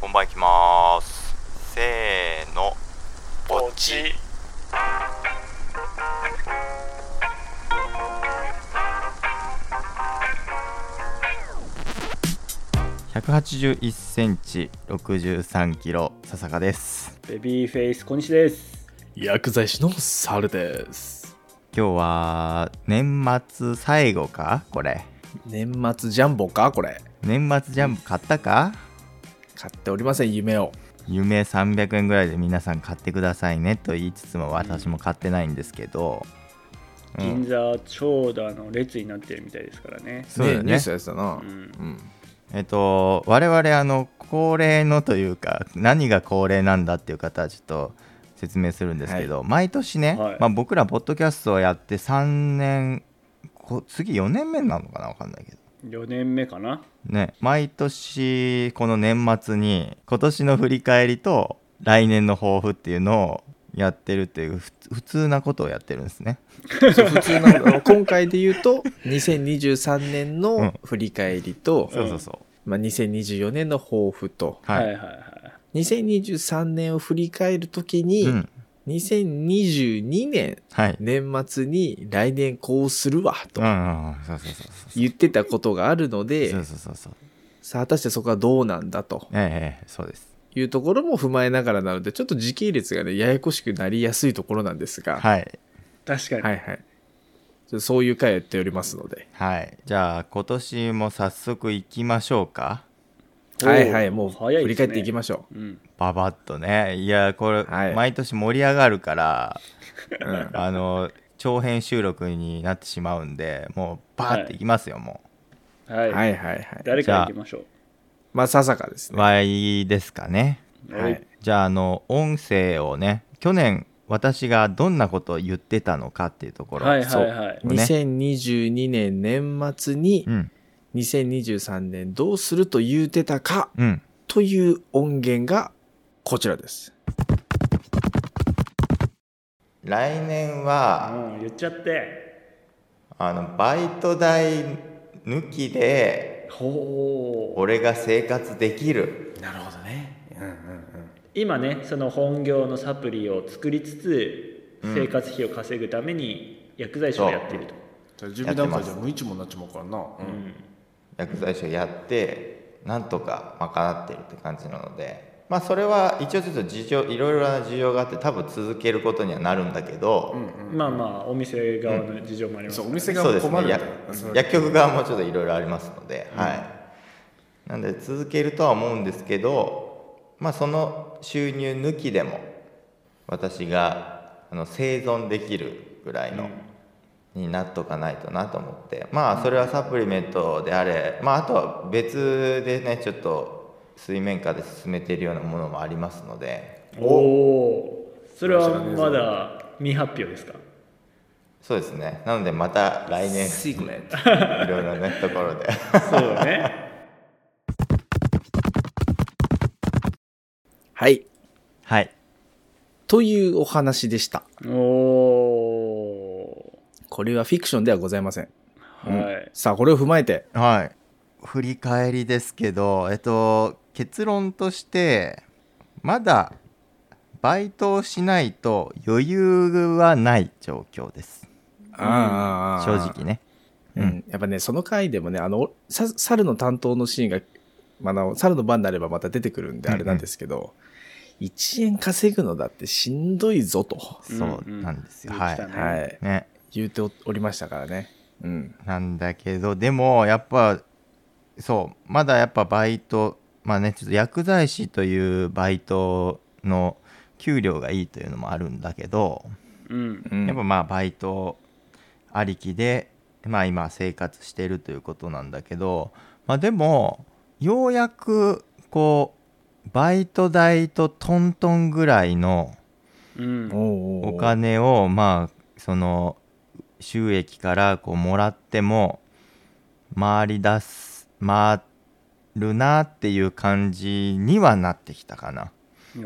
本番いきますせーのポチ181センチ63キロ笹香ですベビーフェイス小西です。薬剤師の猿です今日は年末最後かこれ年末ジャンボかこれ年末ジャンボ買ったか買っておりません夢を夢300円ぐらいで皆さん買ってくださいねと言いつつも私も買ってないんですけど、うん銀座長蛇の列になってるみたいですからね。そうだよニュねースやってたなうんう。んえっと我々あの恒例のというか何が恒例なんだっていう方はちょっと説明するんですけど、毎年ね、はいまあ、僕らポッドキャストをやって3年こ次4年目なのかな分かんないけど4年目かな。ね毎年この年末に今年の振り返りと来年の抱負っていうのをやってるっていうふつ普通なことをやってるんですねそう普通なの 今回で言うと2023年の振り返りと、そうそうそまあ、2024年の抱負とははいい、はいはい。 2023年を振り返るときに、うん2022年はい年末に来年こうするわとうんうんうんそうそうそうそう言ってたことがあるので、そうそうそうそうさあ果たしてそこはどうなんだとええええそうですいうところも踏まえながらなのでちょっと時系列がねややこしくなりやすいところなんですが、はい確かに。はいはいちょっとそういう回やっておりますので、はい、じゃあ今年も早速行きましょうかおーはいはいもう早いですね振り返っていきましょうん。ババッとねいやこれ、はい毎年盛り上がるからう、うんあの長編収録になってしまうんでもうバーっていきますよ、もはい。はいはいはい誰から行きましょまあささかですうねわいですかねう。ははいい。じゃああの音声をね去年私がどんなことを言ってたのかっていうところはいそはういはい。ね2022年年末にうん2023年どうすると言うてたかうんという音源がこちらです来年はうん、言っちゃって。あのバイト代抜きでほう。俺が生活できるなるほどね。今ね、その本業のサプリを作りつつ、生活費を稼ぐために薬剤師をやっていると。準備備段階段階じじゃゃ無一文になっちまうからな、薬剤師をやってなんとか賄ってるって感じなのでまあそれは一応ちょっと事情いろいろな需要があって多分続けることにはなるんだけど、まあまあ、お店側の事情もありますそからうおね。店がそうです困るねんだやよそれ薬局側もちょっといろいろありますので、はいなんで続けるとは思うんですけどまあその収入抜きでも私があの生存できるぐらいの、になっとかないとなと思ってまあそれはサプリメントであれまああとは別でねちょっと水面下で進めているようなものもありますのでおおー。それはまだ未発表ですかそうですねなのでまた来年 いろいろなところでそうだね。はいはいというお話でしたおおこれはフィクションではございませんー。はい。さあこれを踏まえてはい振り返りですけどえっと結論としてまだバイトをしないと余裕はない状況ですあ正直ねう、うんやっぱね、その回でもね、あの、さ猿の担当のシーンが、まああの、猿の番になればまた出てくるんで、うんうあんれなんですけど、1円稼ぐのだってしんどいぞと、そうなんですよ、うんは言っていたはねい、ね言うておおりましたからね。うん。なんだけどでもやっぱそうまだやっぱバイトまあねちょっと薬剤師というバイトの給料がいいというのもあるんだけど、うん。うんやっぱまあバイトありきでまあ今生活してるということなんだけどまあでもようやくこうバイト代とトントンぐらいのうん。おうううお金をまあその収益からこうもらっても回り出す回るなっていう感じにはなってきたかなっ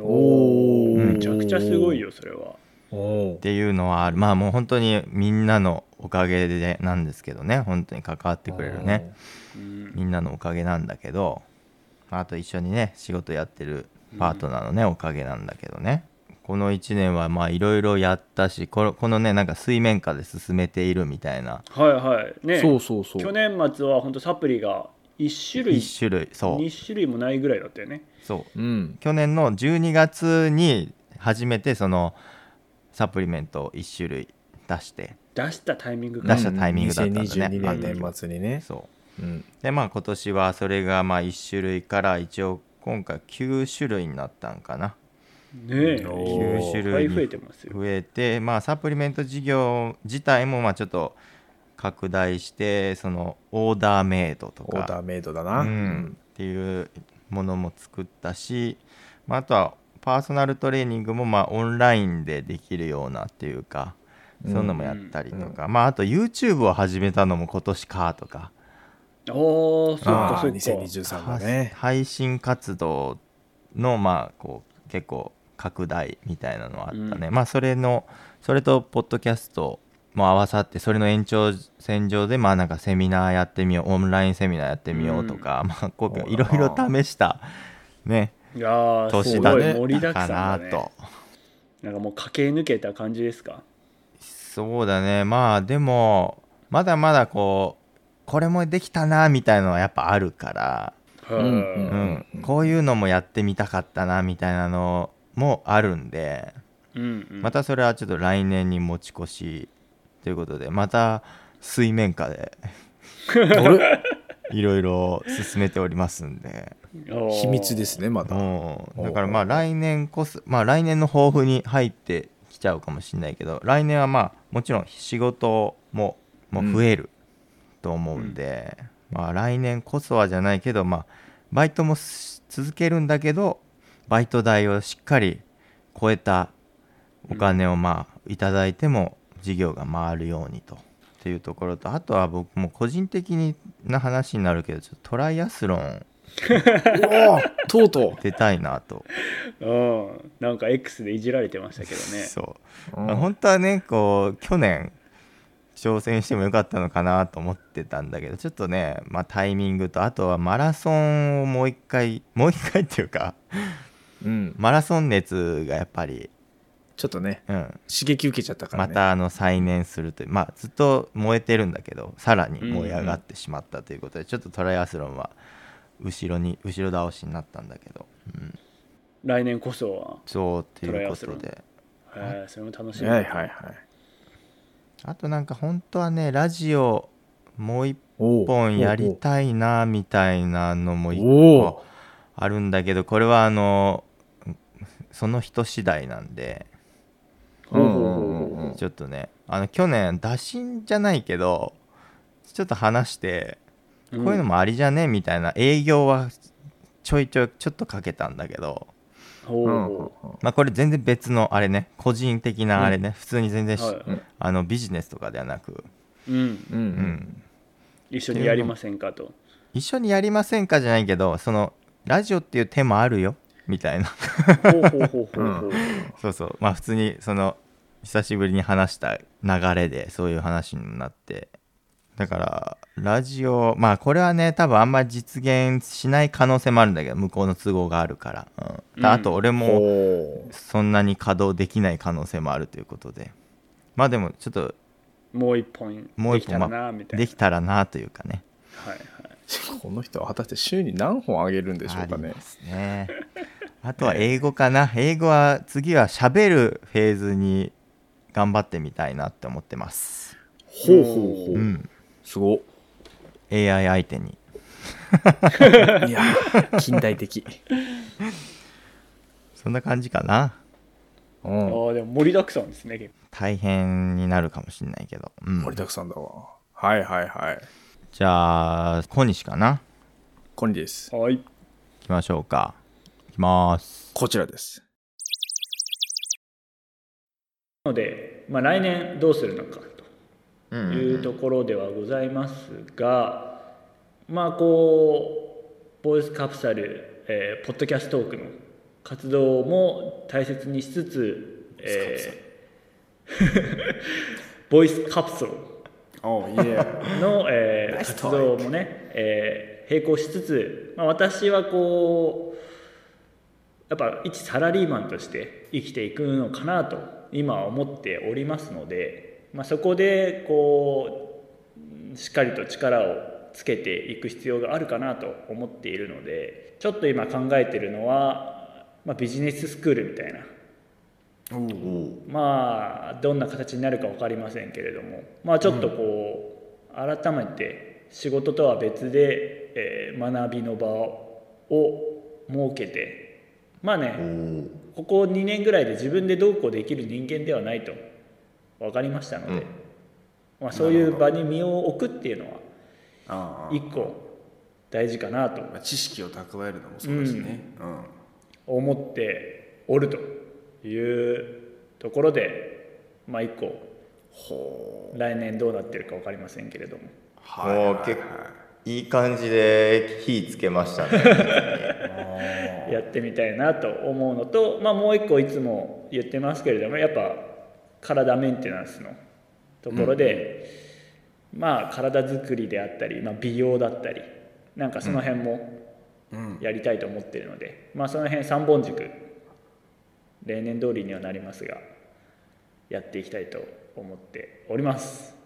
おお、うんめちゃくちゃすごいよそれはおうていうのはあるまあもう本当にみんなのおかげでなんですけどね本当に関わってくれるねうんみんなのおかげなんだけどまあ、あと一緒にね仕事やってるパートナーのね、おかげなんだけどねこの1年はまあいろいろやったしこのこのねなんか水面下で進めているみたいなはいはいねそうそうそう。去年末は本当サプリが1種類1種類そう2種類もないぐらいだったよねそううん。去年の12月に初めてそのサプリメントを1種類出して出したタイミング出がしたタイミングだったんだね2022年年末にね。そううん。でまあ今年はそれがまあ1種類から一応今回9種類になったんかなねえおー9種いっぱい類に増えてますよ増えてまあサプリメント事業自体もまあちょっと拡大してそのオーダーメイドとオーダかーメイドだな。うん、っていうものも作ったし、まあ、あとはパーソナルトレーニングもまあオンラインでできるようなっていうかそういうのもやったりとか、まああと YouTube を始めたのも今年かとかああそっあかあそっか2023だね。配信活動のまあこう結構拡大みたいなのはあったね、まあそれのそれとポッドキャストも合わさってそれの延長線上でまあなんかセミナーやってみようオンラインセミナーやってみようとか、まあこそううだいなろいろ試したねいやーす年だごいね盛りだくかさなんだねとなんかもう駆け抜けた感じですかそうだねまあでもまだまだこうこれもできたなみたいなのはやっぱあるからうんうんこういうのもやってみたかったなみたいなのもあるんでうんうんまたそれはちょっと来年に持ち越しということでまた水面下 で あれいろいろ進めておりますんで秘密ですね、まだ。うんだからまあ来年こそまあ来年の抱負に入ってきちゃうかもしれないけど来年はまあもちろん仕事ももう増えると思うんで、まあ来年こそはじゃないけどまあバイトもし続けるんだけどバイト代をしっかり超えたお金をまあいただいても事業が回るようにと。っていうところとあとは僕も個人的な話になるけどちょっとトライアスロンおおとうと出たいなとうんなんか X でいじられてましたけどねそう、うまあん。本当はねこう去年挑戦してもよかったのかなと思ってたんだけどちょっとね、まあ、タイミングとあとはマラソンをもう一回 もう一回っていうかうん。マラソン熱がやっぱり、ちょっとね、うん、刺激受けちゃったからまね。たあの再燃するというまあずっと燃えてるんだけどさらに燃え上がってしまったということで、ちょっとトライアスロンは後ろに後ろ倒しになったんだけど、うん、来年こそはそうっていうこトライとアスロでえーそれも楽しみ、はいはいはい。あとなんか本当はねラジオもう一お一本やりたいなみたいなのもい一お個おあるんだけどこれはあのその人次第なんでうほうんほううほうんほううんうんちょっとねあの去年打診じゃないけどちょっと話してこういうのもありじゃねみたいな営業はちょいちょいちょっとかけたんだけどほうほまあこれ全然別のあれね個人的なあれね普通に全然しはいあのビジネスとかではなくう、うん、うんううんん一緒にやりませんかと一緒にやりませんかじゃないけどそのラジオっていう手もあるよみたいなほうほうほうほうほうそうそうまあ普通にその久しぶりに話した流れでそういう話になってだからラジオまあこれはね多分あんまり実現しない可能性もあるんだけど向こうの都合があるから、うんうんあと俺もおそんなに稼働できない可能性もあるということでまあでもちょっともう一本もうでき一た本らまなあみたいなできたらなというかねはいはいーこの人は果たして週に何本あげるんでしょうかあねりますねあとは英語かな英語は次はしゃべるフェーズに頑張ってみたいなって思ってます、ほうほうほう、うんすごっ AI 相手にいやー近代的そんな感じかな うんああでも盛りだくさんですね結大変になるかもしれないけど、うん盛りだくさんだわはいはいはいじゃあ小西かなコニーです構はい行きましょうか行きますこちらですので、まあ、来年どうするのかうというところではございますが、まあこうボイスカプサル、えーポッドキャストトークの活動も大切にしつつ、えー ボイスカプセルおいえの、えー活動もね、えー並行しつつ、まあ、私はこうやっぱ一サラリーマンとして生きていくのかなと今は思っておりますので、まあ、そこでこうしっかりと力をつけていく必要があるかなと思っているのでちょっと今考えてるのは、まあ、ビジネススクールみたいなまあどんな形になるか分かりませんけれどもまあちょっとこう、改めて仕事とは別で、えー学びの場を設けてまあね、ここ2年ぐらいで自分でどうこうできる人間ではないと分かりましたので、うんまあ、そういう場に身を置くっていうのはああ一個大事かなとまあ知識を蓄えるのもそうだしね、うん思っておるというところでまあ一個ほう来年どうなってるか分かりませんけれどもはいはいおはーい結いい感じで火つけましたねやってみたいなと思うのと、まあ、もう一個いつも言ってますけれどもやっぱ体メンテナンスのところで、まあ体作りであったり、まあ、美容だったりなんかその辺もうんやりたいと思ってるので、まあ、その辺三本軸例年通りにはなりますがやっていきたいと思っております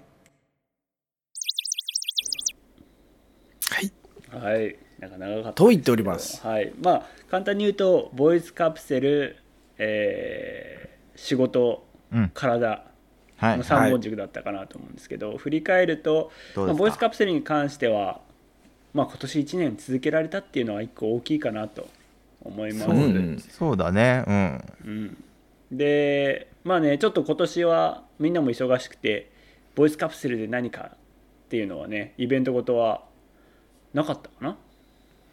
はい。はいなんか長かったと言っております。はい、まあ簡単に言うとボイスカプセル、えー仕事、うん体 はの3本軸だったかなと思うんですけど、振り返ると、どうまですかあ、ボイスカプセルに関しては、まあ、今年1年続けられたっていうのは一個大きいかなと思います。そううねんそうだねうんうんでまあねちょっと今年はみんなも忙しくてボイスカプセルで何かっていうのはねイベントごとはなかったかな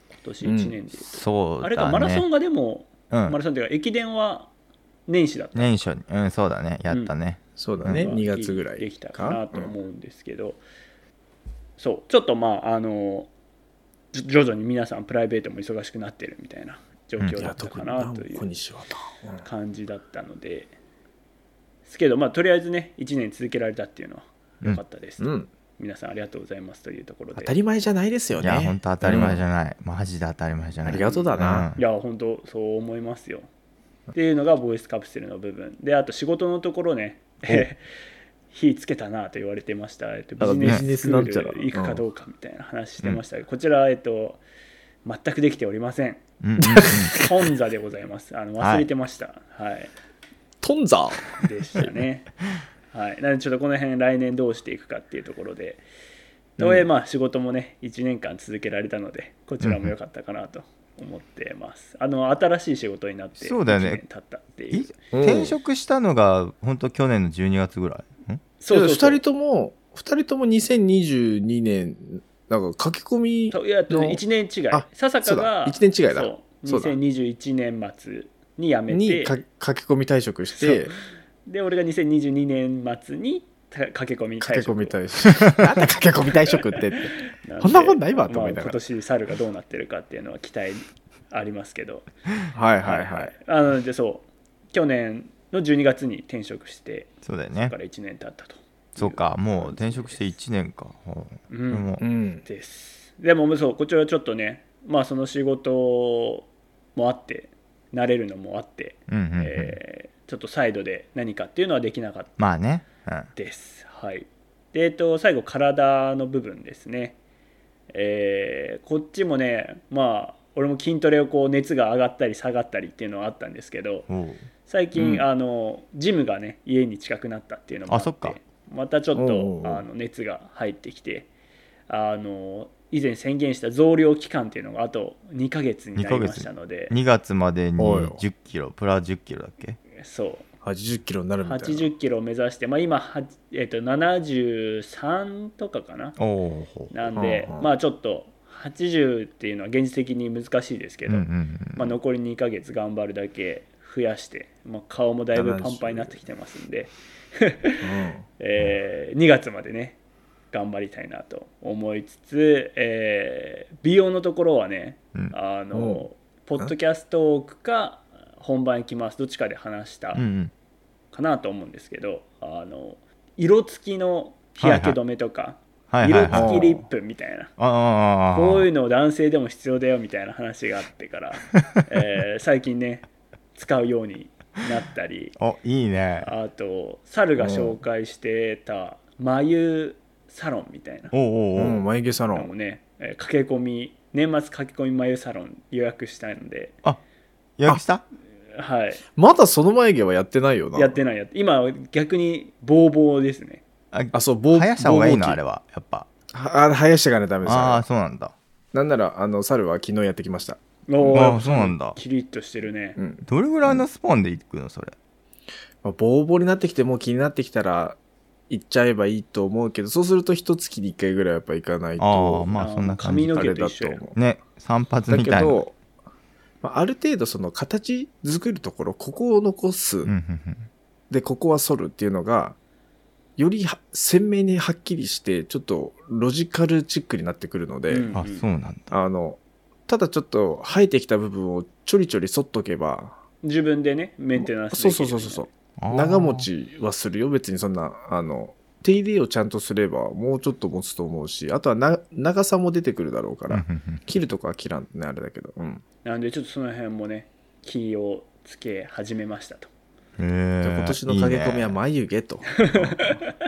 今年1年で、そうだねあれかマラソンがでも、うんマラソンっていうか駅伝は年始だった年初にうんそうだねやったね、そうだね。のが2月ぐらいできたかなと思うんですけど、そうちょっとまああのじ徐々に皆さんプライベートも忙しくなってるみたいな状況いだや、った特かになな、という小西はな。うん感じだったのでですけどまあとりあえずね1年続けられたっていうのは良かったです、うん。皆さんありがとうございますというところで当たり前じゃないですよいね。や本当当たり前じゃない、マジで当たり前じゃうんあないりがとうだな。いや本当そう思いますよっていうのがボイスカプセルの部分であと仕事のところね 火つけたなと言われてました、えっと、なんかビジネススクービジネスなんちゃらル行くかどうかみたいな話してましたが、こちらえっと全くできておりま せんうんうんうん本座でございますあの忘れてましたはいトンザでした ね。はい、なのでちょっとこの辺来年どうしていくかっていうところで、とはいえまあ仕事もね1年間続けられたのでこちらも良かったかなと思ってます。あの新しい仕事になってそうだよね1年経ったってい。いううん転職したのが本当去年の12月ぐらいんそうそうそう2人とも、2人とも2022年、なんか書き込みといやとの1年違いあ。笹香がそうだ一年違いだそそううだ2021年末に辞めにてか書き込み退職して、で俺が2022年末にた駆け込み退職駆け込み退職。 なんだ駆け込み退職ってって。こんなもんないわと思いながらまあ今年猿がどうなってるかっていうのは期待ありますけどはいはいはい。あのでそう去年の12月に転職してそうだよだねから1年経ったと、そうかもう転職して1年か、う、うんもうん。ですでもそうこちらはちょっとねまあその仕事もあって慣れるのもあって、うんうんうん、えーちょっとサイドで何かっていうのはできなかったまあね、うん、です。はい、で、えっと、最後、体の部分ですね。えーこっちもね、まあ、俺も筋トレをこう熱が上がったり下がったりっていうのはあったんですけど、おう最う近、んあのジムがね、家に近くなったっていうのもあって、あそっかまたちょおっうおとうおうあの熱が入ってきて、あの以前宣言した増量期間っていうのがあと2ヶ月になりましたので、 2月までにおい1 0キロプラ1 0キロだっけそう。 80キロになるみたいな。 80キロを目指して、まあ、今、はえっと73とかかな、おおうなんで、うんうんまあちょっと80っていうのは現実的に難しいですけうんど、うんうんまあ、残り2ヶ月頑張るだけ増やして、まあ、顔もだいぶパンパンになってきてますんで、うんえ2月までね頑張りたいなと思いつつ、えー美容のところはね、うんあうんのポッドキャストオークか本番行きますどっちかで話したうんうんかなと思うんですけど、あの色付きの日焼け止めとか、はいはいはい色付きリップみたいなああこういうのを男性でも必要だよみたいな話があってから、えー最近ね使うようになったりおいいねあと猿が紹介してた眉サロンみたいなおうおううおう、ん、眉毛サロのン。もね、えー駆け込み年末駆け込み眉サロン予約したいので、予約したはい、まだその眉毛はやってないよな。やってないやって今は逆にボーボーですねああ、そう、ぼ生やした方がいいのあれは。はやっぱあ生やしていかないとダメです。あああーれそうなんだなんなら、あの、猿は昨日やってきました。おああそうなんだキリッとしてるね、うんどれぐらいのスパンでいくのそれまあ、ボーボーになってきてもう気になってきたら行っちゃえばいいと思うけどそうすると一月に一回ぐらいはやっぱ行かなああいとまあそんな感髪じのあ毛れとだ一緒とや思うね散髪だみけたいなど、まあ、ある程度その形作るところここを残す、うんうんうんでここは剃るっていうのがよりは鮮明にはっきりしてちょっとロジカルチックになってくるので、うんあそうなんだあのただちょっと生えてきた部分をちょりちょり剃っとけば自分でねメンテナンスそでうきそうるそうそうそうあー長持ちはするよ別にそんなあの手入れをちゃんとすればもうちょっと持つと思うしあとはな長さも出てくるだろうかうんら、うんうん切るとかは切らんねあれだけど、うん、なんでちょっとその辺もね気をつけ始めましたとへじゃーあ今年の駆け込みはいい眉毛と ね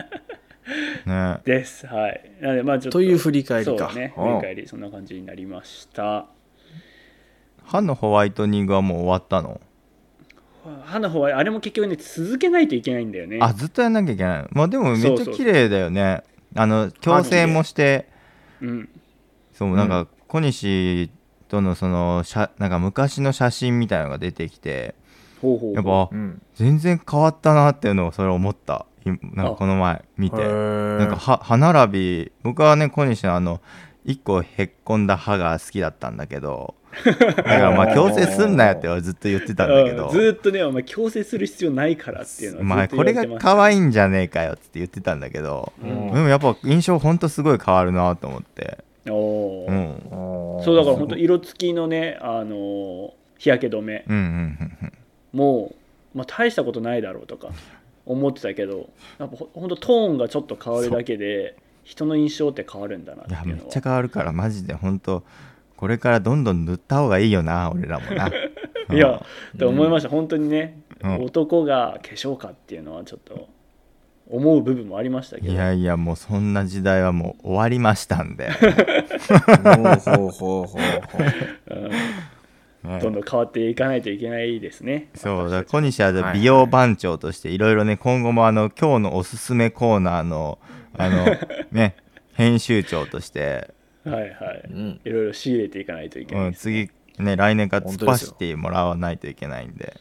ねですはいなのでまあちょっとという振り返りかそうねう振んり返りそんな感じになりました歯のホワイトニングはもう終わったの歯の方はあれも結局ね続けないといけないんだよねあずっとやんなきゃいけないのまあでもめっそうちそゃう綺麗だよねあの矯正もしてうんそうなんか小西とのその写なんか昔の写真みたいのが出てきてほうほうやっぱうん、全然変わったなっていうのをそれ思ったいなんかこの前見てななんか歯歯並び僕はね小西のあの一個へっこんだ歯が好きだったんだけどだからまあ矯正すんなよってはずっと言ってたんだけうどんずーっとねお前強制する必要ないからっていうのまはあずっとこ言われれがてました可愛いんじゃねえかよっつって言ってたんだけど、うでんもやっぱ印象ほんとすごい変わるなと思って、おーうん、うんそうだから本当色付きのね、あのー日焼け止めうんうんうんもう、まあ、大したことないだろうとか思ってたけどやっぱほほんとトーンがちょっと変わるだけで人の印象って変わるんだなっいやていめうっのはちゃ変わるからマジでほんとこれからどんどん塗った方がいいよな俺らもな いや、と思いました、本当にね、うん男が化粧かっていうのはちょっと思う部分もありましたけうんどいやいやもうそんな時代はもう終わりましたん で、ほうほうほうほうねどんどん変わっていかないといけないですね。そうだか私らたち小西ははい美容番長としていろいろね今後もあの今日のおすすめコーナーのあ のね編集長として、はいはい、うんいろいろ仕入れていかないといけなういん、です。次ね来年から本突当っですよ走ってもらわないといけないんで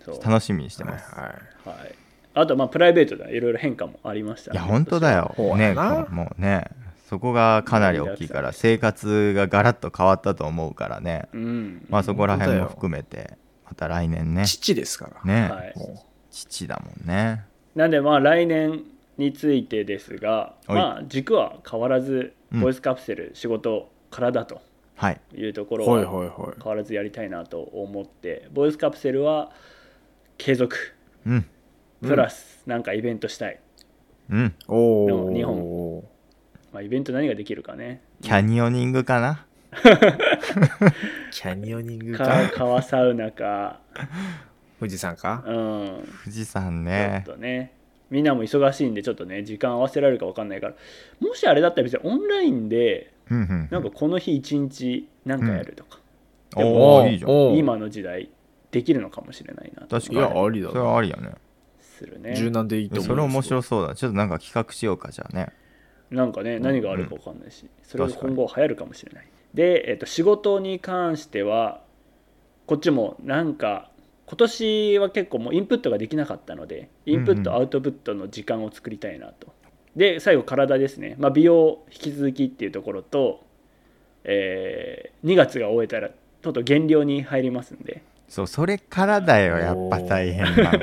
そう楽しみにしてはいます、はいはい、あとまあプライベートではいろいろ変化もありました、いや本当だ。よそうねやなこうもうねそこがかなり大きいから生活がガラッと変わったと思うからねうん。まあそこら辺も本当だよ含めてまた来年ね父ですから、ね、はい、も父だもんねなんでまあ来年についてですが、はいまあ軸は変わらず、うんボイスカプセル、仕事、体とはいいうとこうろはいははいはい変わらずやりたいなと思って、ボイスカプセルは継続、うんプラスなんかイベントしたい。うんおのお日本まあイベント何ができるかね。キャニオニングかな、キャニオニングかか川サウナか、富士山かうん、富士山ちょっねとね、みんなも忙しいんで、ちょっとね、時間合わせられるか分かんないから、もしあれだったら別にオンラインで、うんうんなんかこの日一日なんかやるとか、おおおーーいいじゃんおー今の時代、できるのかもしれないなと確かにいやありだなそれはありやねするね。柔軟でいいと思うそれ面い白そうだちょっとなんか企画しようかじゃあねなんかね、何があるか分かんないし、それが今後流行るかもしれない。で、えっと、仕事に関しては、こっちもなんか、今年は結構もうインプットができなかったので、インプッうんうト、んアウトプットの時間を作りたいなと。で、最後、体ですね、まあ、美容、引き続きっていうところと、え2月が終えたら、とうとう減量に入りますんで、そうそれからだよやっぱ大変なの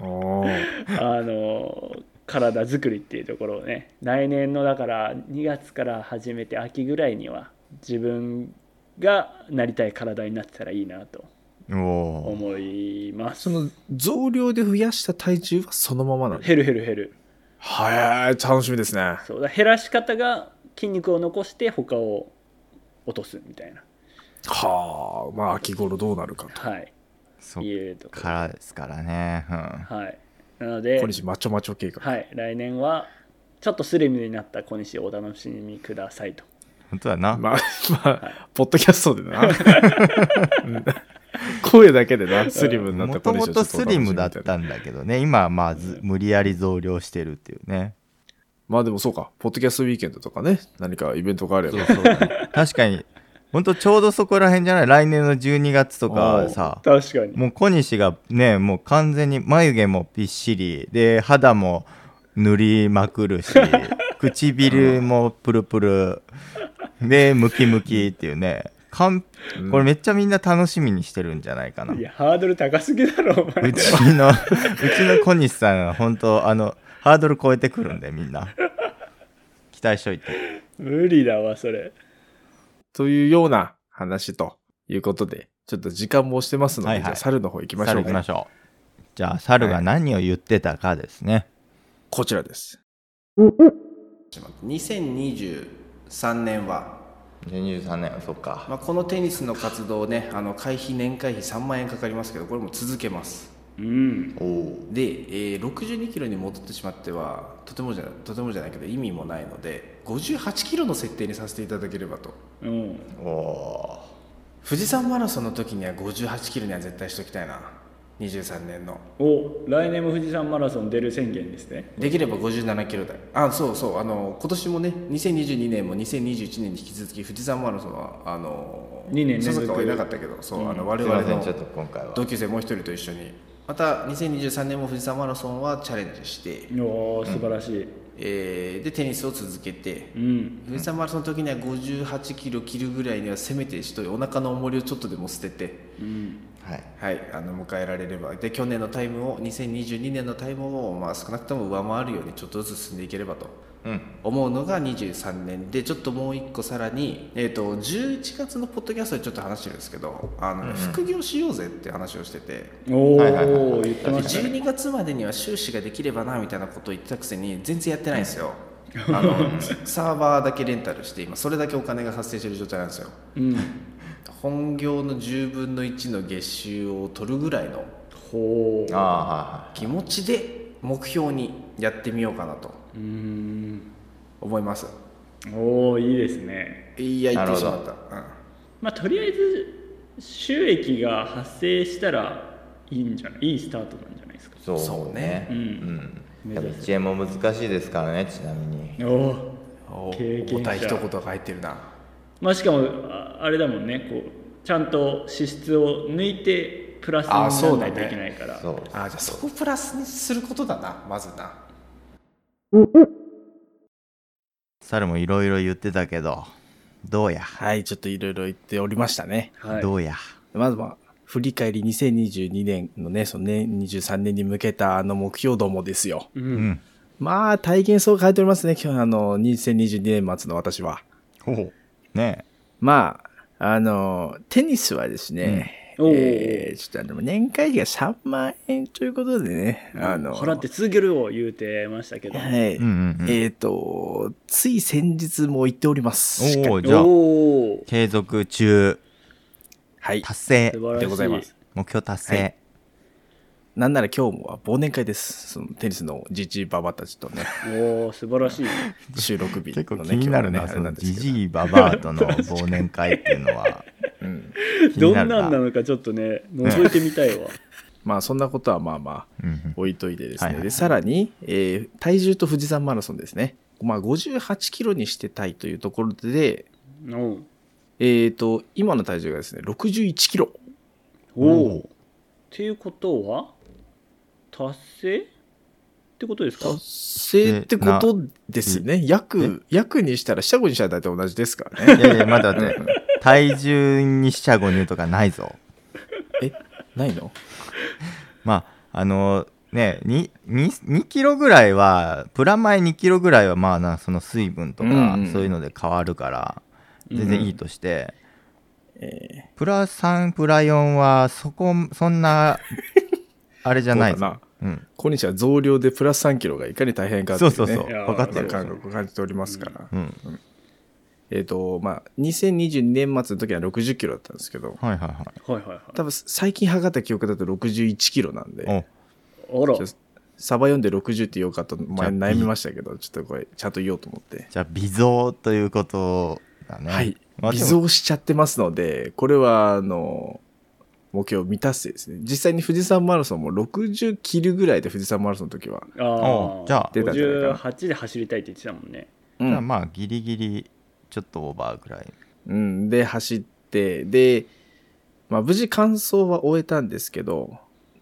おーあの体作りっていうところをね来年のだから2月から始めて秋ぐらいには自分がなりたい体になってたらいいなと おー思いますその増量で増やした体重はそのままなの減る減る減るはい、楽しみですね。そうだ減らし方が筋肉を残して他を落とすみたいなはあ、まあ、秋頃どうなるかと。はいそっいうとこからですからね、うん、はいなので小西マッチョマッチョ計画。はい来年はちょっとスリムになった小西をお楽しみくださいと本当だな、まあ、まあ、ポッドキャストでな。 うん声だけでな、スリムになっもたと小も西をとちょスっとお楽リしみムみただっいなたんだけどね今はまあず無理やり増量してるっていうねまあでもそうか、ポッドキャストウィーケンドとかね、何かイベントがあれば。確かに本当ちょうどそこら辺じゃない来年の12月とかさ確かにもう小西がねもう完全に眉毛もびっしりで肌も塗りまくるし唇もプルプルでムキムキっていうねかんうんこれめっちゃみんな楽しみにしてるんじゃないかな、いやハードル高すぎだろお前うちのうちの小西さんは本当あのハードル超えてくるんでみんな期待しといて無理だわそれというような話ということで、ちょっと時間も押してますのはで、いはいじゃあ猿の方行きましょ猿う行か、きましょうじゃあ猿が何を言ってたかですね、こちらです。 2023年は、 23年そっかまあ、このテニスの活動ねあの会費年会費3万円かかりますけどこれも続けますうんおおで、えー62キロに戻ってしまってはとてもじゃとてもじゃないけど意味もないので58キロの設定にさせていただければとうんお富士山マラソンの時には58キロには絶対しときたいな23年のお来年も富士山マラソン出る宣言ですねできれば57キロ台あそうそうあの今年もね2022年も2021年に引き続き富士山マラソンはあの二年連続笹川はいなかったけどそう、あの我すい々ませんちょっのと今回は同級生もう一人と一緒にまた2023年も富士山マラソンはチャレンジして、おー素晴らしいえーでテニスを続けて、うん富士山マラソンの時には58キロ切るぐらいにはせめてしといお腹の重りをちょっとでも捨ててうんはいはい、あの迎えられればで去年のタイムを2022年のタイムを、まあ、少なくとも上回るようにちょっとずつ進んでいければとうん思うのが23年でちょっともう一個さらに、えー、と11月のポッドキャストでちょっと話してるんですけどあの、副業しようぜって話をしてて。おお、はいはいはいはい言ってましたね12月までには収支ができればなみたいなことを言ってたくせに全然やってないんですよあのサーバーだけレンタルして今それだけお金が発生してる状態なんですようん本業の10分の1の月収を取るぐらいのほああ気持ちで目標にやってみようかなとううーん思いますおおいいですねいや言ってしまなっるた、うんまあとりあえず収益が発生したらいいんじゃないいいスタートなんじゃないですかそうそうねううんん、目やっぱ指1円も難しいですからねちなみにおおお経験者重たい一言が入ってるなまあしかもああれだもんねこうちゃんと支出を抜いてプラスになあそうらなだいねといけないからそうあーじゃあそこプラスにすることだなまずな猿もいろいろ言ってたけどどうや、はい、ちょっといろいろ言っておりましたね。はいどうやまずは、振り返り2022年のね、そのね、23年に向けたあの目標どもですよ。ううんんまあ、体験そう書いておりますね、今日あの、2022年末の私は。ほうねまあ、あの、テニスはですね、うんおーえーちょっとあの、年会費が3万円ということでね、あの、払って続けるよ言うてましたけどはい。えうんうん、うんえっ、と、つい先日も行っております。おおじゃあおお継続中はい。達成素晴らしいでございます目標達成、はいなんなら今日もは忘年会です。そのテニスのじじいばばたちと ね、おお素晴らしい収録日のね。結構気になる今な、日そののねあれんですジけどジイババアとの忘年会っていうのはうん。気どにんななんるななのかちょっとね覗いてみたいわまあそんなことはまあまあうんうん 置いといてですね。はいはいで、さらに、えー体重と富士山マラソンですね。まあ58キロにしてたいというところで、うんえっ、と、今の体重がですね、61キロ。おおっていうことは達成ってことですか達成ってことですね。約、約にしたら、下5にしたら大体同じですからね。いやいやまだね体重にしちゃご入とかないぞえ、ないのまああのね 2, 2キロぐらいはプラマイ2キロぐらいはまあなその水分とか、うんうんそういうので変わるから全然いいとして、えプラ3プラ4はそこそんなあれじーゃないそうだぞなうん、今日は増量でプラス3キロがいかに大変かっていう、ね、そうそうそういやー分かってまある感覚を感じておりますから、うんえっ、とまあ2022年末の時は60キロだったんですけどはいはいはいはいはいはい多分最近測った記憶だと61キロなんでおあらちょっとサバ読んで60って言おうかと前悩みましたけどちょっとこれちゃんと言おうと思って、じゃあ微増ということだねはいまあで微も増しちゃってますのでこれはあの目標未達成ですね実際に富士山マラソンも60キルぐらいで富士山マラソンの時は、あおあじゃあ出たんじゃないか58で走りたいって言ってたもんねじゃあまあギリギリちょっとオーバーぐらいうん、で走ってで、まあ、無事完走は終えたんですけど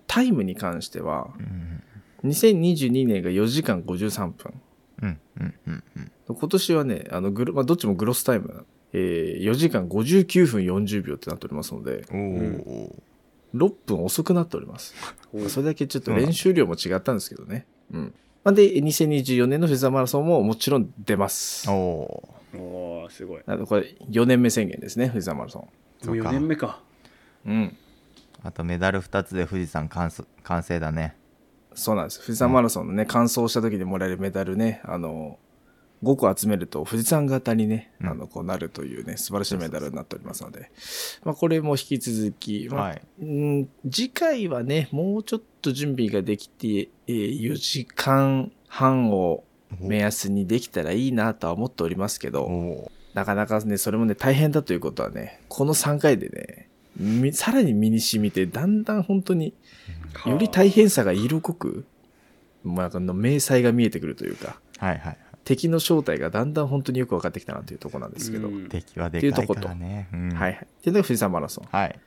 タイムに関してはうん2022年が4時間53分うんうんうんうん今年はねあのグロ、まあ、どっちもグロスタイムな、えー4時間59分40秒ってなっておりますのでおお6分遅くなっておりますおうそれだけちょっと練習量も違ったんですけどね、うんまあ、で2024年のフェザーマラソンももちろん出ますおおおーすごいあのこれ4年目宣言ですねフェザーマラソそもううか4年目かンうんあとメダル2つで富士山完す完成だねそうなんです。富士山マラソンのね、完走した時にもらえるメダルね、あの、5個集めると富士山型にね、うんあの、こうなるというね、素晴らしいメダルになっておりますので、まあ、これも引き続き、まあはいうん次回はね、もうちょっと準備ができて、えー4時間半を目安にできたらいいなとは思っておりますけおど、おなかなかね、それもね、大変だということはね、この3回でね、みさらに身に染みて、だんだん本当により大変さが色濃く、まあ、あの明細が見えてくるというかはいはい敵の正体がだんだん本当によく分かってきたなというところなんですけど、うん敵はでかいからねうんはいはいっていうのが富士山マラソンはい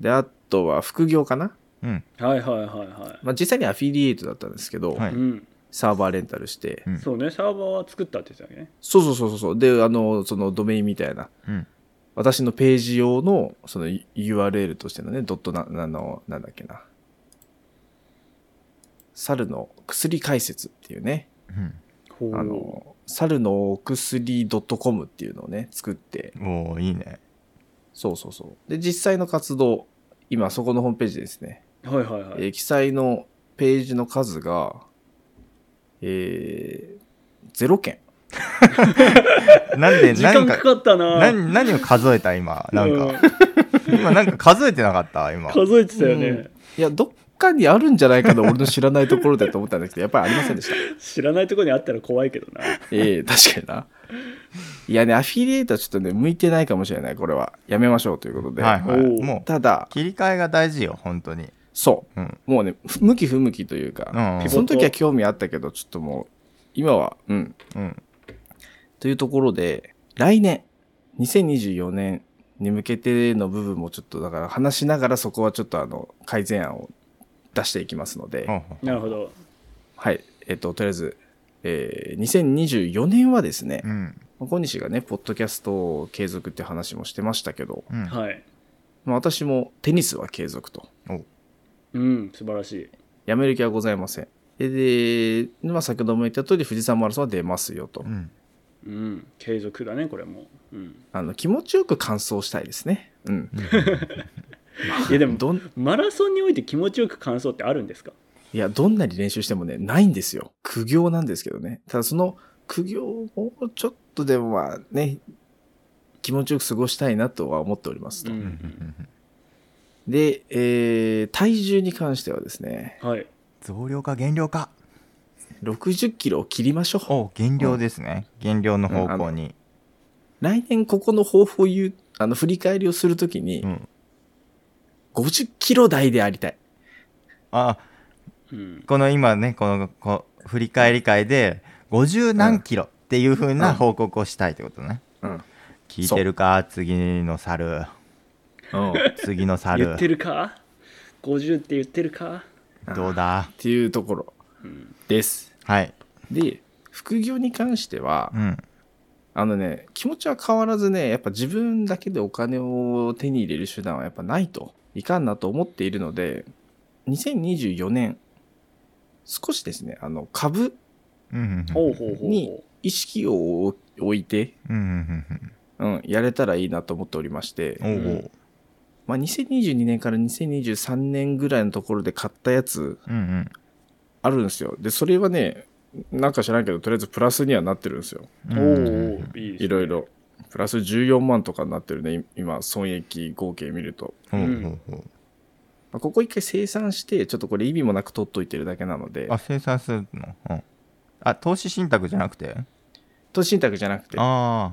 であとは副業かな、うんはいはいはいはまあ、実際にアフィリエイトだったんですけど、はいいうんサーバーレンタルして、うんそうねサーバーは作ったって言ってたわけねそうそうそうそうであのそのドメインみたいなうん私のページ用のその URL としてのねドットなあのなんだっけな猿の薬解説っていうねうんほうあの、猿のお薬 .com っていうのをね、作って、おおいいねそうそうそう。で、実際の活動、今そこのホームページですね。はいはいはいえー記載のページの数が、えー、0件。なんで時間何かかかったな何何を数えた今なんうか今なんか数えてなかった今数えてたよね、いや、どっかにあるんじゃないかな、俺の知らないところだと思ったんですけど、やっぱりありませんでした。知らないところにあったら怖いけどな ええ確かにな。いやね、アフィリエイトはちょっとね、向いてないかもしれない、これは。やめましょうということで。はいはいおーもうただ、切り替えが大事よ本当にそう。うんもうね、ふ向き不向きというか、うんうんその時は興味あったけど、ちょっともう、今は、うん。うんというところで、来年、2024年に向けての部分もちょっと、だから話しながらそこはちょっとあの、改善案を出していきますので、ほうほうなるほどはい。えっと、とりあえず、えー2024年はですねう、ん小西がね、ポッドキャストを継続って話もしてましたけど、うんはいまあ、私もテニスは継続と。うん素晴らしいやめる気はございません。で、でまあ、先ほども言った通り、富士山マラソンは出ますよと。うんうん継続だねこれも、うん、あの気持ちよく完走したいですね。うん。いやでもどんマラソンにおいて気持ちよく感想ってあるんですかいや、どんなに練習してもね、ないんですよ。苦行なんですけどね。ただその苦行をもうちょっとでもまあね、気持ちよく過ごしたいなとは思っておりますと。ううんうんんで、えー体重に関してはですね、はい増量か減量か60キロを切りましょう。お減量ですね減量の方向に来年ここの抱負を言う、あの、振り返りをするときに、うん50キロ台でありたい。あうんこの今ねこのこ振り返り会で50何キロっていう風うなん報告をしたいってことねうん。聞いてるか次の猿次の言猿ってるか50って言ってるかどうだっていうところうんです。はいで、副業に関しては、うんあのね、気持ちは変わらずね、やっぱ自分だけでお金を手に入れる手段はやっぱないといかんなと思っているので、2024年、少しですね、あの、株うんうんうんほうほうほうにほ意識を置いて、うんうんうん、やれたらいいなと思っておりまして、うんうんおうおうまあ、2022年から2023年ぐらいのところで買ったやつ、うんうんあるんですよでそれはねなんか知らんけどとりあえずプラスにはなってるんですよおおーいいですいろいろプラス14万とかになってるねい今損益合計見ると、うんうんうんまあここ一回生産してちょっとこれ意味もなく取っといてるだけなのであ生産するの、うん、あ投資信託じゃなくて投資信託じゃなくてああ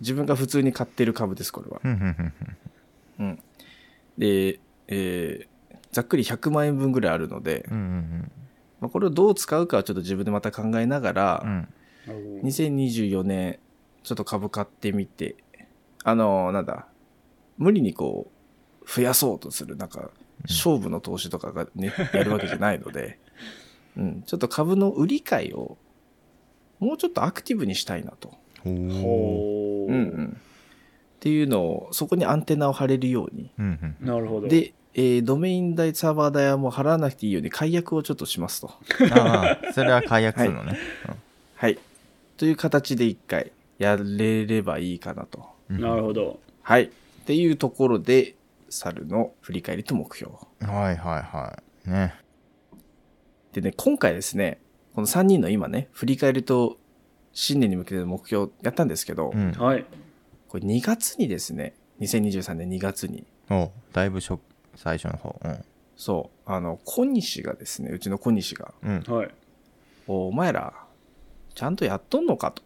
自分が普通に買ってる株ですこれはふんふんふんふんうんで、えーざっくり100万円分ぐらいあるので、うんうんまあ、これをどう使うかはちょっと自分でまた考えながら、うんうんね2024年ちょっと株買ってみてあのなんだ無理にこう増やそうとするなんか勝負の投資とかが、ねやるわけじゃないの で、うん、ちょっと株の売り買いをもうちょっとアクティブにしたいなと、ほほううんうん、っていうのをそこにアンテナを張れるようにううんうんなるほどで、えードメイン代サーバー代はもう払わなくていいように解約をちょっとしますと。ああそれは解約するのね、はい。という形で一回やれればいいかなと。うんなるほどはい。っていうところで、猿の振り返りと目標。はいはいはいねでね、今回ですね、この3人の今ね、振り返りと新年に向けての目標やったんですけど、うんはいこれ2月にですね、2023年2月に、おだいぶ初最初の方うんそう、あの、小西がですね、うちの小西が、うんはいおお前ら、ちゃんとやっとんのかと。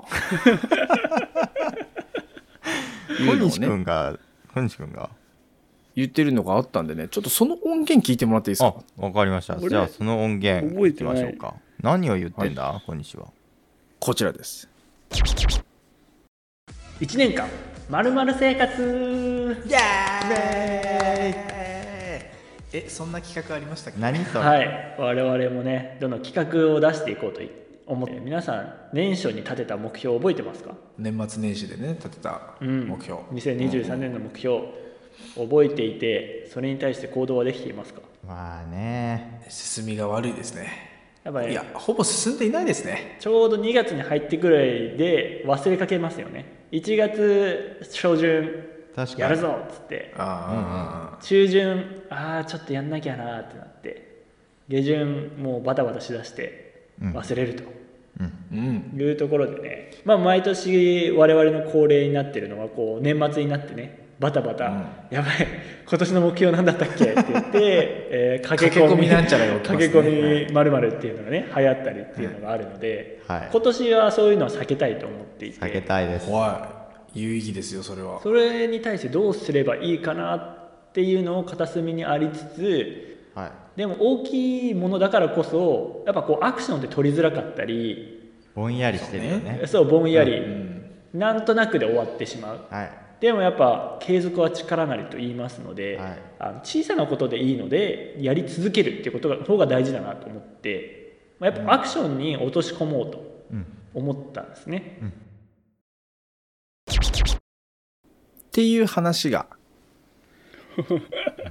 小 いうのを西ね君が小西君が言ってるのがあったんでね、ちょっとその音源聞いてもらっていいですかあわかりましたこれじゃあその音源覚え聞てきないましょうか何を言ってんだ、小西はこちらです。 1年間まるまる生活え、そんな企画ありましたっ何それ、はい我々もねどの企画を出していこうと思って皆さん年初に立てた目標覚えてますか年末年始でね、立てた目標。 2023年の目標覚えていてそれに対して行動はできていますかまあね進みが悪いですね。やっぱいりや、ほぼ進んでいないですね。ちょうど2月に入ってくらいで忘れかけますよね1月初旬確かにやるぞっつってあ中旬ああちょっとやんなきゃなーってなって下旬もうバタバタしだしてうん忘れると、あ、うん。いうところでね、まあ、毎年我々の恒例になってるのはこう年末になってねバタバタ、やばい今年の目標なんだったっけって 言って、えー駆け込み駆け込みなんちゃらが起きますね駆け込みまるまるっていうのがね流行ったりっていうのがあるので、はい今年はそういうのは避けたいと思っていて避けたいです怖い。有意義ですよ、それは。それに対してどうすればいいかなっていうのを片隅にありつつはいでも大きいものだからこそやっぱこうアクションって取りづらかったりぼんやりしてるよねそうぼんやり、うん。なんとなくで終わってしまうはいでもやっぱ継続は力なりと言いますので、はいあの小さなことでいいのでやり続けるっていうことが方が大事だなと思って、まあ、やっぱアクションに落とし込もうとうん思ったんですね、っていう話が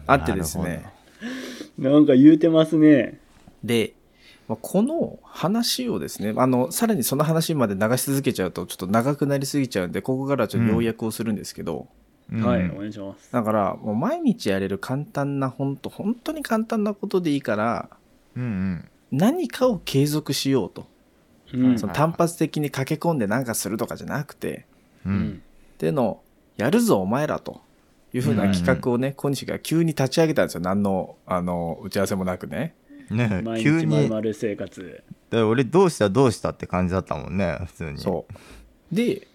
あってですなるほね。なんか言うてますねで、まあ、この話をですね、あの、さらにその話まで流し続けちゃうと、ちょっと長くなりすぎちゃうんで、ここからはちょっと要約をするんですけど、うんはいお願いしますだから、もう毎日やれる簡単な、本当本当に簡単なことでいいから、うんうん何かを継続しようと。うんそのはい単発的に駆け込んで何かするとかじゃなくて、ううんんっていうのを、やるぞお前らというふうな企画をね、小西が急に立ち上げたんですよ。何の、あの、打ち合わせもなくね。ね毎急日まるにまる生活だから俺どうしたどうしたって感じだったもんね普通にそう。で、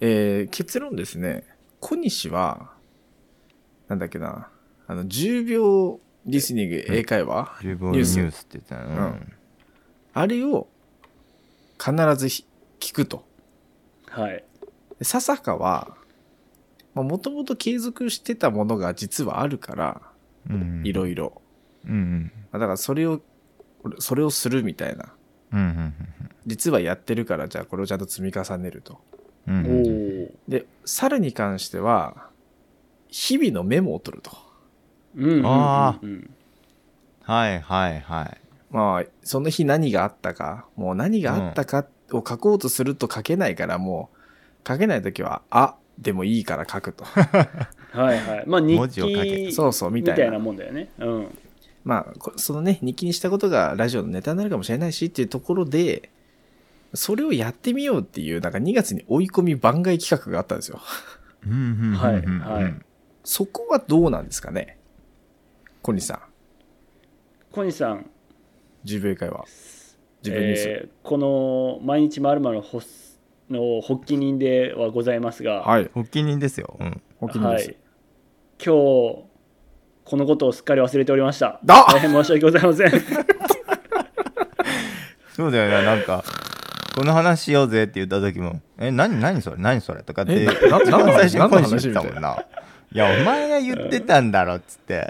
えー結論ですね、小西は、なんだっけな、あの、10秒リスニング英会話、十分ニュースって言ってたよ、うんあれを必ずひ聞くと。はいで笹香は、もともと継続してたものが実はあるから、うんいろいろ。うんだからそれを、俺それをするみたいな。うんうん実はやってるから、じゃあこれをちゃんと積み重ねると。うんうんおうんおで、猿に関しては、日々のメモを取ると。うんうんあうんうんはいはいはいまあ、その日何があったか、もう何があったかを書こうとすると書けないから、もう書けないときは、あ、でもいいから書くと。はいはいまあ文日字を書け記そうそう、みみたたいいなな。もんだよねうんまあこそのね日記にしたことがラジオのネタになるかもしれないしっていうところでそれをやってみようっていうなんか2月に追い込み番外企画があったんですよはいはいそこはどうなんですかね小西さん小西さん10秒会は自分ニュース、えーこの「毎日まるの発の発起人ではございますが、はい発起人ですよ、うん、お気に入りです、はい、今日このことをすっかり忘れておりましたあ 大変申し訳ございません そうだよねなんかこの話しようぜって言った時も「え何何それ何それ」とかってえな一番何の最初に話何の声話してたもんな「いやお前が言ってたんだろ」っつって、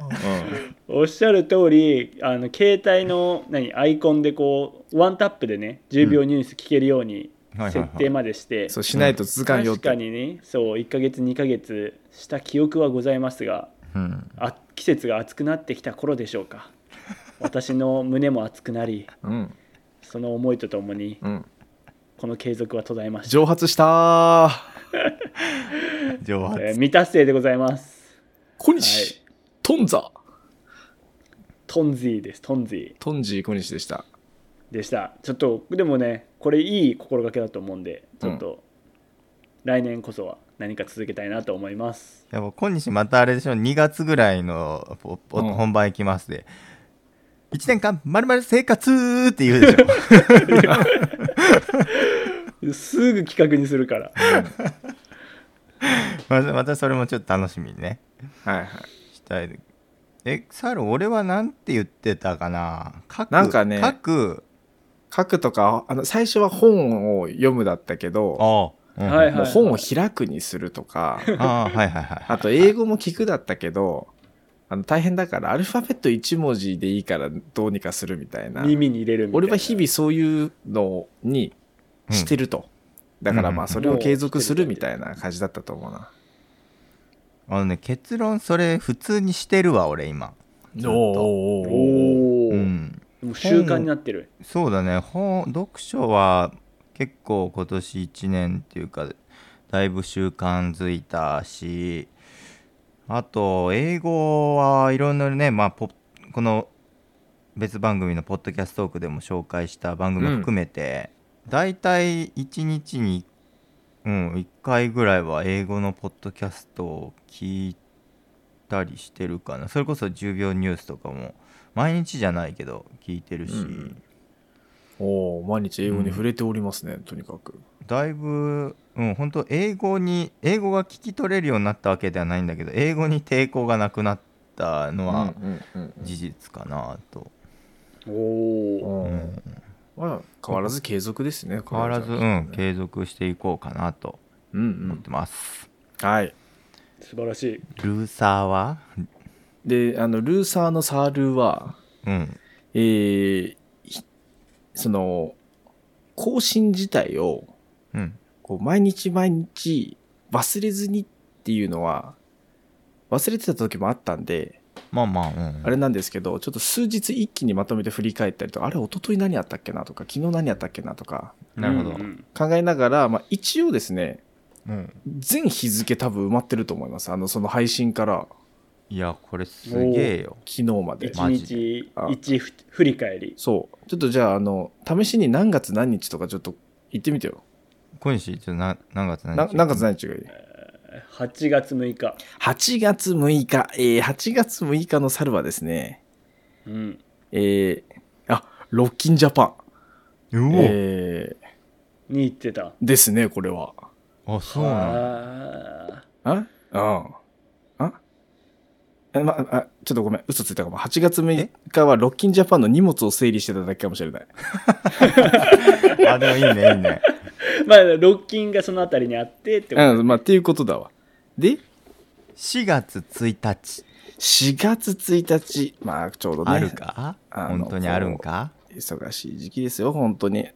おっしゃる通りあの携帯の何アイコンでこうワンタップでね10秒ニュース聞けるようにはいはいはい設定までしてそうしないと続かんよっ確て、かにねそう1ヶ月2ヶ月した記憶はございますがうん、あ季節が暑くなってきた頃でしょ うか私の胸も熱くなりうんその思いとともにうんこの継続は途絶えました、蒸発したー蒸発、えー未達成でございます小西、トンザトンジーですトンジトンジー小西でしたーでしたちょっとでもねこれいい心がけだと思うんでちょっと、来年こそは何か続けたいなと思いますでも今日またあれでしょ2月ぐらいのポポうん本番行きますで「1年間まるまる生活」って言うでしょすぐ企画にするからまたまたそれもちょっと楽しみにねはいはいしたいえサル俺はなんて言ってたかな書くなんかね書く書くとかあの最初は本を読むだったけどああ、うんはいもう本を開くにすると かああはいはいはいあと英語も聞くだったけどあの大変だからアルファベット1文字でいいからどうにかするみたいな耳に入れるみたいな俺は日々そういうのにしてると、だからまあそれを継続するみたいな感じだったと思うな、あのね結論それ普通にしてるわ俺今おおおお、うんもう習慣になってるそうだね本読書は結構今年1年っていうかだいぶ習慣づいたしあと英語はいろんなね、まあ、ポッこの別番組の「ポッドキャストトーク」でも紹介した番組を含めて、だいたい1日に、うん、1回ぐらいは英語のポッドキャストを聞いたりしてるかなそれこそ10秒ニュースとかも毎日じゃないけど聞いてるし。うんおお毎日英語に触れておりますね、とにかくだいぶ、うん、本当英語に英語が聞き取れるようになったわけではないんだけど英語に抵抗がなくなったのはうんうん事実かなと、おおうんうんまあ、変わらず継続ですね変わらず、こうれはん、継続していこうかなとうんう思っんてます、はい素晴らしいルーサーはであのルーサーのサールーはうんえーひその更新自体をうんこう毎日毎日忘れずにっていうのは忘れてた時もあったんでまあまあうんあれなんですけどちょっと数日一気にまとめて振り返ったりとかあれ一昨日何やったっけなとか昨日何やったっけなとかなるほど、ううんうんん考えながら、まあ、一応ですね全日付多分埋まってると思いますあのその配信からいやこれすげえよ昨日まで一マジ日あ一ふ振り返りそうちょっとじゃああの試しに何月何日とかちょっと言ってみてよ小西ちょっとな何月何な日何月何日がいい8月6日、 8月6日、えー、8月6日の猿はですねうん、えー、あロッキンジャパンうお、えに行ってたー、ですねこれはあそうなんだああああえまあ、あちょっとごめん嘘ついたかも8月6日はロッキンジャパンの荷物を整理してただけかもしれないあでもいいねいいねーまあロッキンがそのあたりにあってってこと、うんまあっていうことだわで4月1日4月1日まあちょうどねあるか、あの本当にあるんか忙しい時期ですよ本当に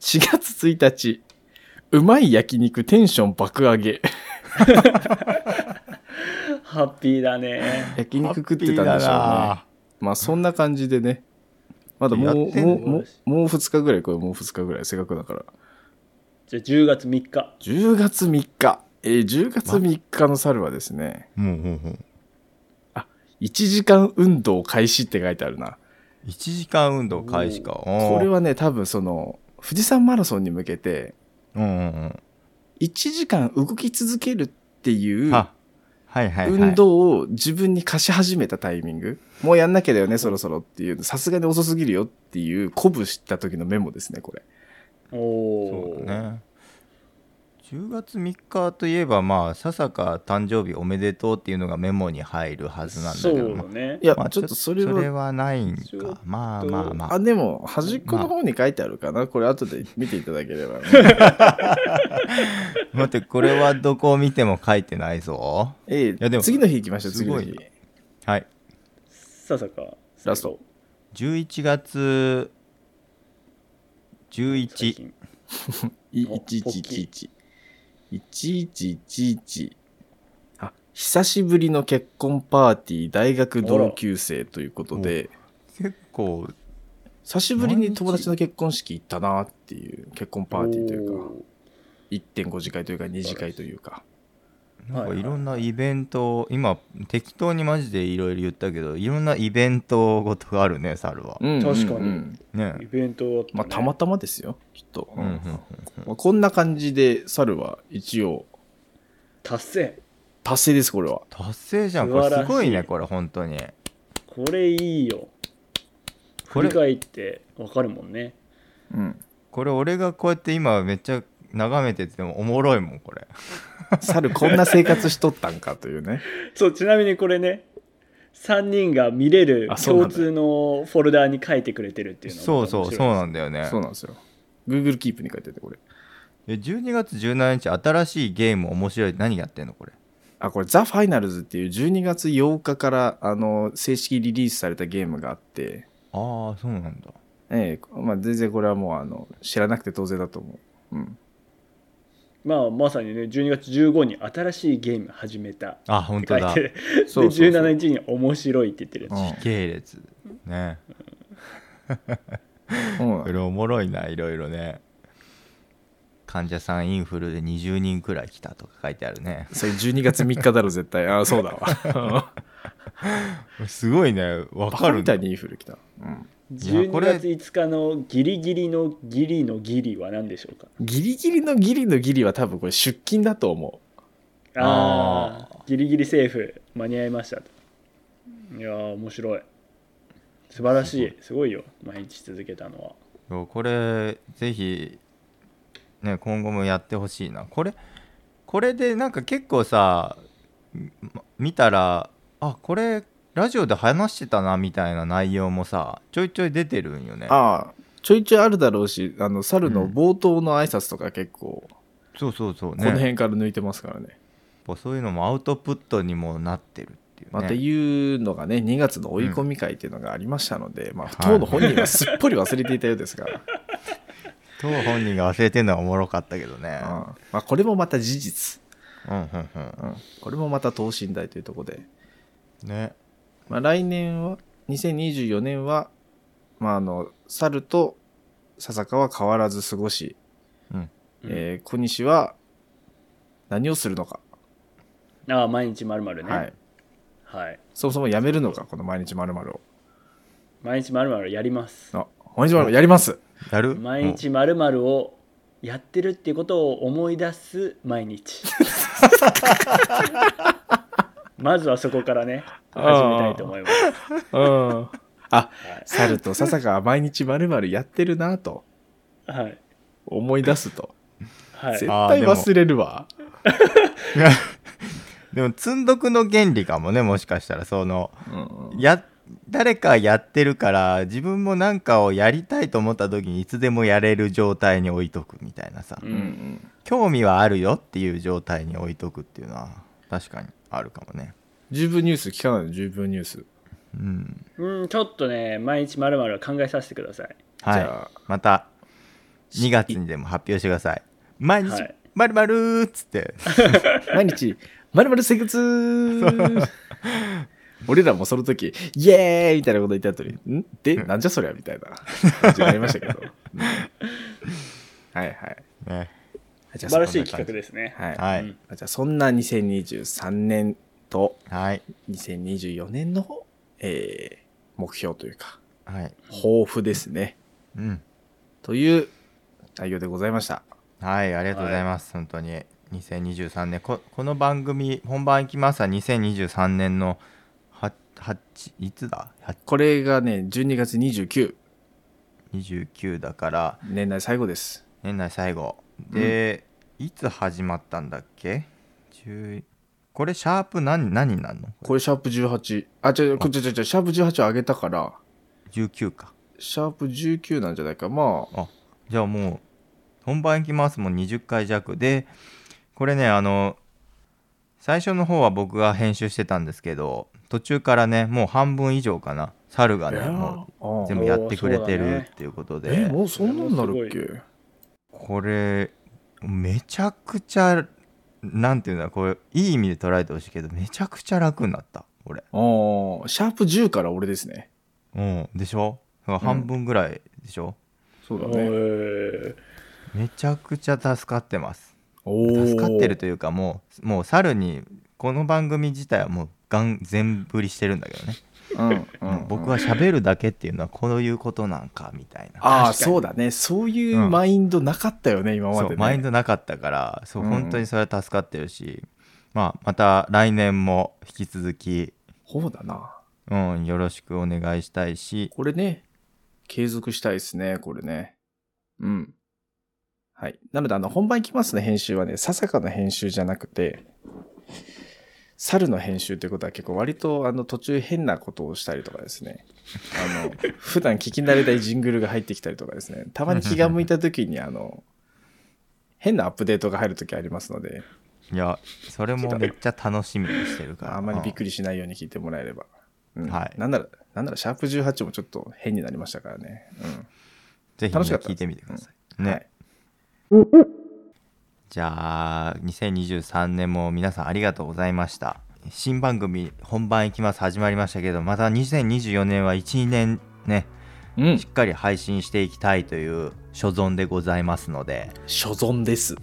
4月1日うまい焼肉テンション爆上げハッピーだね焼肉食ってたんでしょうねまあそんな感じでねまだもうやってんのもうもうもう2日ぐらいこれもう2日ぐらいせっかくだからじゃあ10月3日10月3日えー10月3日の猿はですねもうほうほう1時間運動開始って書いてあるな。 1時間運動開始かここれはね、多分その、富士山マラソンに向けて、うんうん1時間動き続けるっていうんうははいはいはい運動を自分に課し始めたタイミング。もうやんなきゃだよね、そろそろっていう、さすがに遅すぎるよっていう鼓舞した時のメモですね、これ。おそうお、だね10月3日といえばまあ笹香誕生日おめでとうっていうのがメモに入るはずなんだそけうどまだねいや、まあちょっとそれは、ないんちょっかとまあまあまあ、でも、端っこの方に書いてあるかな。これ、後で見ていただけれ ば。あ待ってこれはどこを見ても書いてないぞえやでえ、も次の日行きましょう、す次のごい日。はいささかラスト。 11月最11近1111。1111。あ、久しぶりの結婚パーティー、大学同級生ということで、結構久しぶりに友達の結婚式行ったなっていう、結婚パーティーというか、1.5次会というか2次会というか。なんはいかはいいろんなイベント、今適当にマジでいろいろ言ったけどいろんなイベントごとがあるね猿は、うんうんうん確かにねイベントだった、ね、まあ、たまたまですよ、きっと。うんうんうんまあ、こんな感じで、猿は一応、達成達成です、これは。達成じゃん素これ晴らしすいごいねこれ本当にこれいいよこ振れり返ってわかるもんねうん。これ俺がこうやって今めっちゃ眺めててもおもろいもんこれ猿、こんな生活しとったんかという ね。そうちなみにこれね3人が見れるあそうなん共だ通のフォルダーに書いてくれてるっていうのそうそうそううなんだよねそうなんですよ。Google Keep に書いてて、これ。え12月17日新しいゲーム面白い何やってんのこれあ、これ、ザ・ファイナルズっていう12月8日から、あの、正式リリースされたゲームがあって、ああそうなんだええまあ、全然これはもう、あの、知らなくて当然だと思う。うん。まあまさにね12月15に新しいゲーム始めたあ本書当いだ時てるそうそうそうで17日に面白いって言ってるや系列ねうんこれおもろいないろいろね患者さんインフルで20人くらい来たとか書いてあるねそれ12月3日だろ、絶対。あ、そうだ わ。すごいねわバかカるみんただいにインフル来た。うん。つ、いや12これ月5日のギリギリのギリのギリは何でしょうかギリギリのギリのギリは多分これ出勤だと思ああギリギリセーフ間に合いましたといやー面白い素晴らしいすごいよ毎日続けたのはそうこれぜひ、ね、今後もやってほしいなこれこれでなんか結構さんま見たらあこれラジオで話してたなみたいな内容もさちょいちょい出てるんよねう。ああ、ちょいちょいあるだろうし、あの、猿の冒頭の挨拶とか結構、そうそうそうこのね辺から抜いてますからね。こうそういうのもアウトプットにもなってるっていうまあ、っね、ていうのがね、2月の追い込み会っていうのがありましたので、まあ、い当の本人はすっぽり忘れていたようですが、と本人が忘れてるのはおもろかったけどねうんまあ、これもまた事実、うんうんううん、これもまた等身大というところで、んねまあ、来年は、2024年は、まあ、あの、猿と笹香は変わらず過ごし、うんえー小西は何をするのか、ああ毎日まるまるねははいい、そもそもやめるのか、この毎日まるを。毎日まるまるやりますあ、毎日まるやります。やる毎日まるまるをやってるっていうことを思い出す毎日まずはそこからね始めたいと思いますうん。 あ、猿と笹香は毎日まるまるやってるなとはい思い出すと。はい絶あ対忘れるわ。いやでも積んどくの原理かもねもしかしたらそのうんや誰かやってるから自分も何かをやりたいと思った時にいつでもやれる状態に置いとくみたいなさ、ううんうんん興味はあるよっていう状態に置いとくっていうのは確かにあるかもね十分ニュース聞かないの十分ニュース。うんうんちょっとね毎日まるまる考えさせてくださいじはゃあいまた2月にでも発表してください毎日はいまるまるーっつ って、毎日まるまる生活 俺らもその時、イエーイみたいなこと言った後に、んで、なんじゃそりゃみたいな感じになりましたけど。うんはいはい。ねじゃあ素晴らしそんな感い企じ画ですねはい。はいうんじゃあそんな2023年とはい2024年の、えー目標というかはい抱負ですねうんという内容でございましたはいありがとうございます、本当に2023年ここの番組本番いきますは2023年のは8いつだはこれがね12月29 29だから年内最後です年内最後で、いつ始まったんだっけ10これシャープ何何になるのこれシャープ18あ違う違う違う違うシャープ18を上げたから19かシャープ19なんじゃないかまああじゃあもう本番行きますもん20回弱でこれねあの最初の方は僕が編集してたんですけど途中からねもう半分以上かな猿がねもう全部やってくれておーそうだるねっていうことで、えもうそんなんなるっけこれめちゃくちゃなんていうんだこれいい意味で捉えてほしいけどめちゃくちゃ楽になった俺あーシャープ10から俺ですねうんでしょだから半分ぐらいでしょ、そうだえねーめちゃくちゃ助かってますおー助かってるというかもうもう猿にこの番組自体はもうがん全振りしてるんだけどね、うんうんうん僕は喋るだけっていうのはこういうことなんかみたいなああ確かにそうだねそういううんマインドなかったよね、今まそで、ね、うマインドなかったからそううん本当にそれは助かってるし、まあ、また来年も引き続き、そうだなうん、よろしくお願いしたいしこれね継続したいですねこれねうんはいなのであの本番いきますの編集はねささかの編集じゃなくて猿の編集ということは結構割とあの途中変なことをしたりとかですねあ の普段聞き慣れないジングルが入ってきたりとかですねたまに気が向いた時にあの変なアップデートが入る時ありますのでいやそれもめっちゃ楽しみにしてるからあんまりびっくりしないように聞いてもらえれば。うんはいなんなら、なんなら、シャープ18もちょっと変になりましたからね。うん。ぜひ、ね、楽しかった聞いてみてください。ね、はいじゃあ2023年も皆さんありがとうございました新番組「本番いきます」始まりましたけどまた2024年は12年ねうんし。っかり配信していきたいという所存でございますので所存です。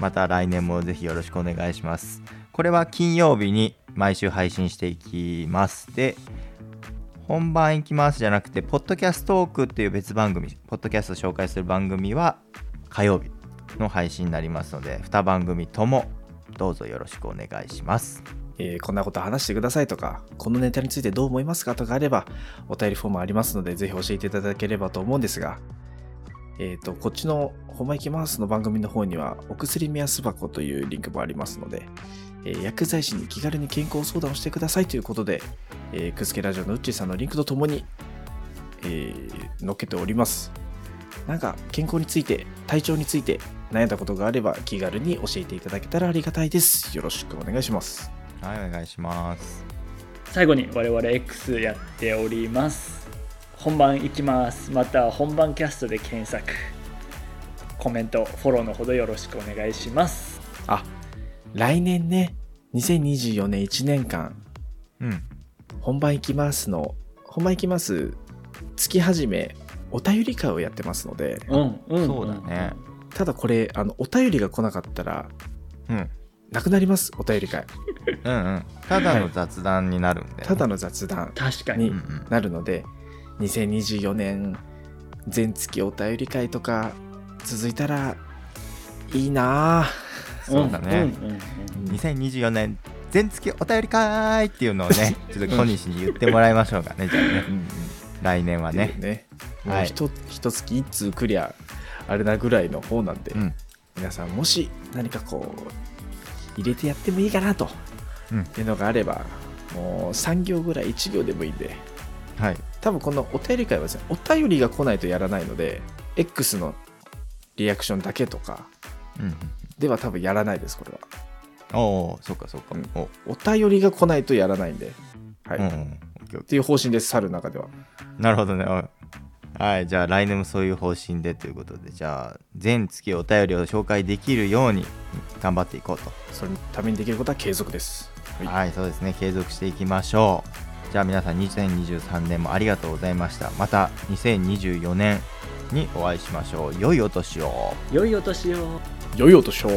また来年もぜひよろしくお願いしますこれは金曜日に毎週配信していきますで本番いきますじゃなくて「ポッドキャストトーク」っていう別番組ポッドキャストを紹介する番組は火曜日の配信になりますので2番組ともどうぞよろしくお願いしますえーこんなこと話してくださいとか、このネタについてどう思いますかとかあれば、お便りフォームありますので、ぜひ教えていただければと思うんですが、えっ、と、こっちの、ほんまいきますの番組の方には、お薬目安箱というリンクもありますので、えー薬剤師に気軽に健康相談をしてくださいということで、えーくすけラジオのうっちーさんのリンクとともに、えー載っけております。なんか、健康について、体調について、悩んだことがあれば気軽に教えていただけたらありがたいです。よろしくお願いします。はいお願いします最後に我々 X やっております本番いきますまた本番キャストで検索コメントフォローのほどよろしくお願いしますあ来年ね2024年1年間うん本番いきますの本番いきます月始めお便り会をやってますのでうんうんそうだねただこれあのお便りが来なかったらうんなくなりますお便り会うんうんただの雑談になるんで、ただの雑談確かうにんになるので2024年前月お便り会とか続いたらいいなあそうだねうんうんうんうん、2024年全月お便りかーいっていうのを ねちょっと小西に言ってもらいましょうかねじゃあね来年はねねねもはういひと一月一通クリアあれなぐらいの方なんで、うん皆さんもし何かこう入れてやってもいいかなと、うんいうのがあればもう3行ぐらい1行でもいいんではい多分このお便り会はですねお便りが来ないとやらないので X のリアクションだけとかうんでは多分やらないですこれはおおーそっかそっか、うんおうお便りが来ないとやらないんではい、んうっんオッケーオッケていう方針です猿の中ではーなるほどねおいはいじゃあ来年もそういう方針でということでじゃあ全月お便りを紹介できるように頑張っていこうとそれのためにできることは継続ですはいはい、そうですね。継続していきましょう。じゃあ皆さん2023年もありがとうございました。また2024年にお会いしましょう。良いお年を。良いお年を良いお年を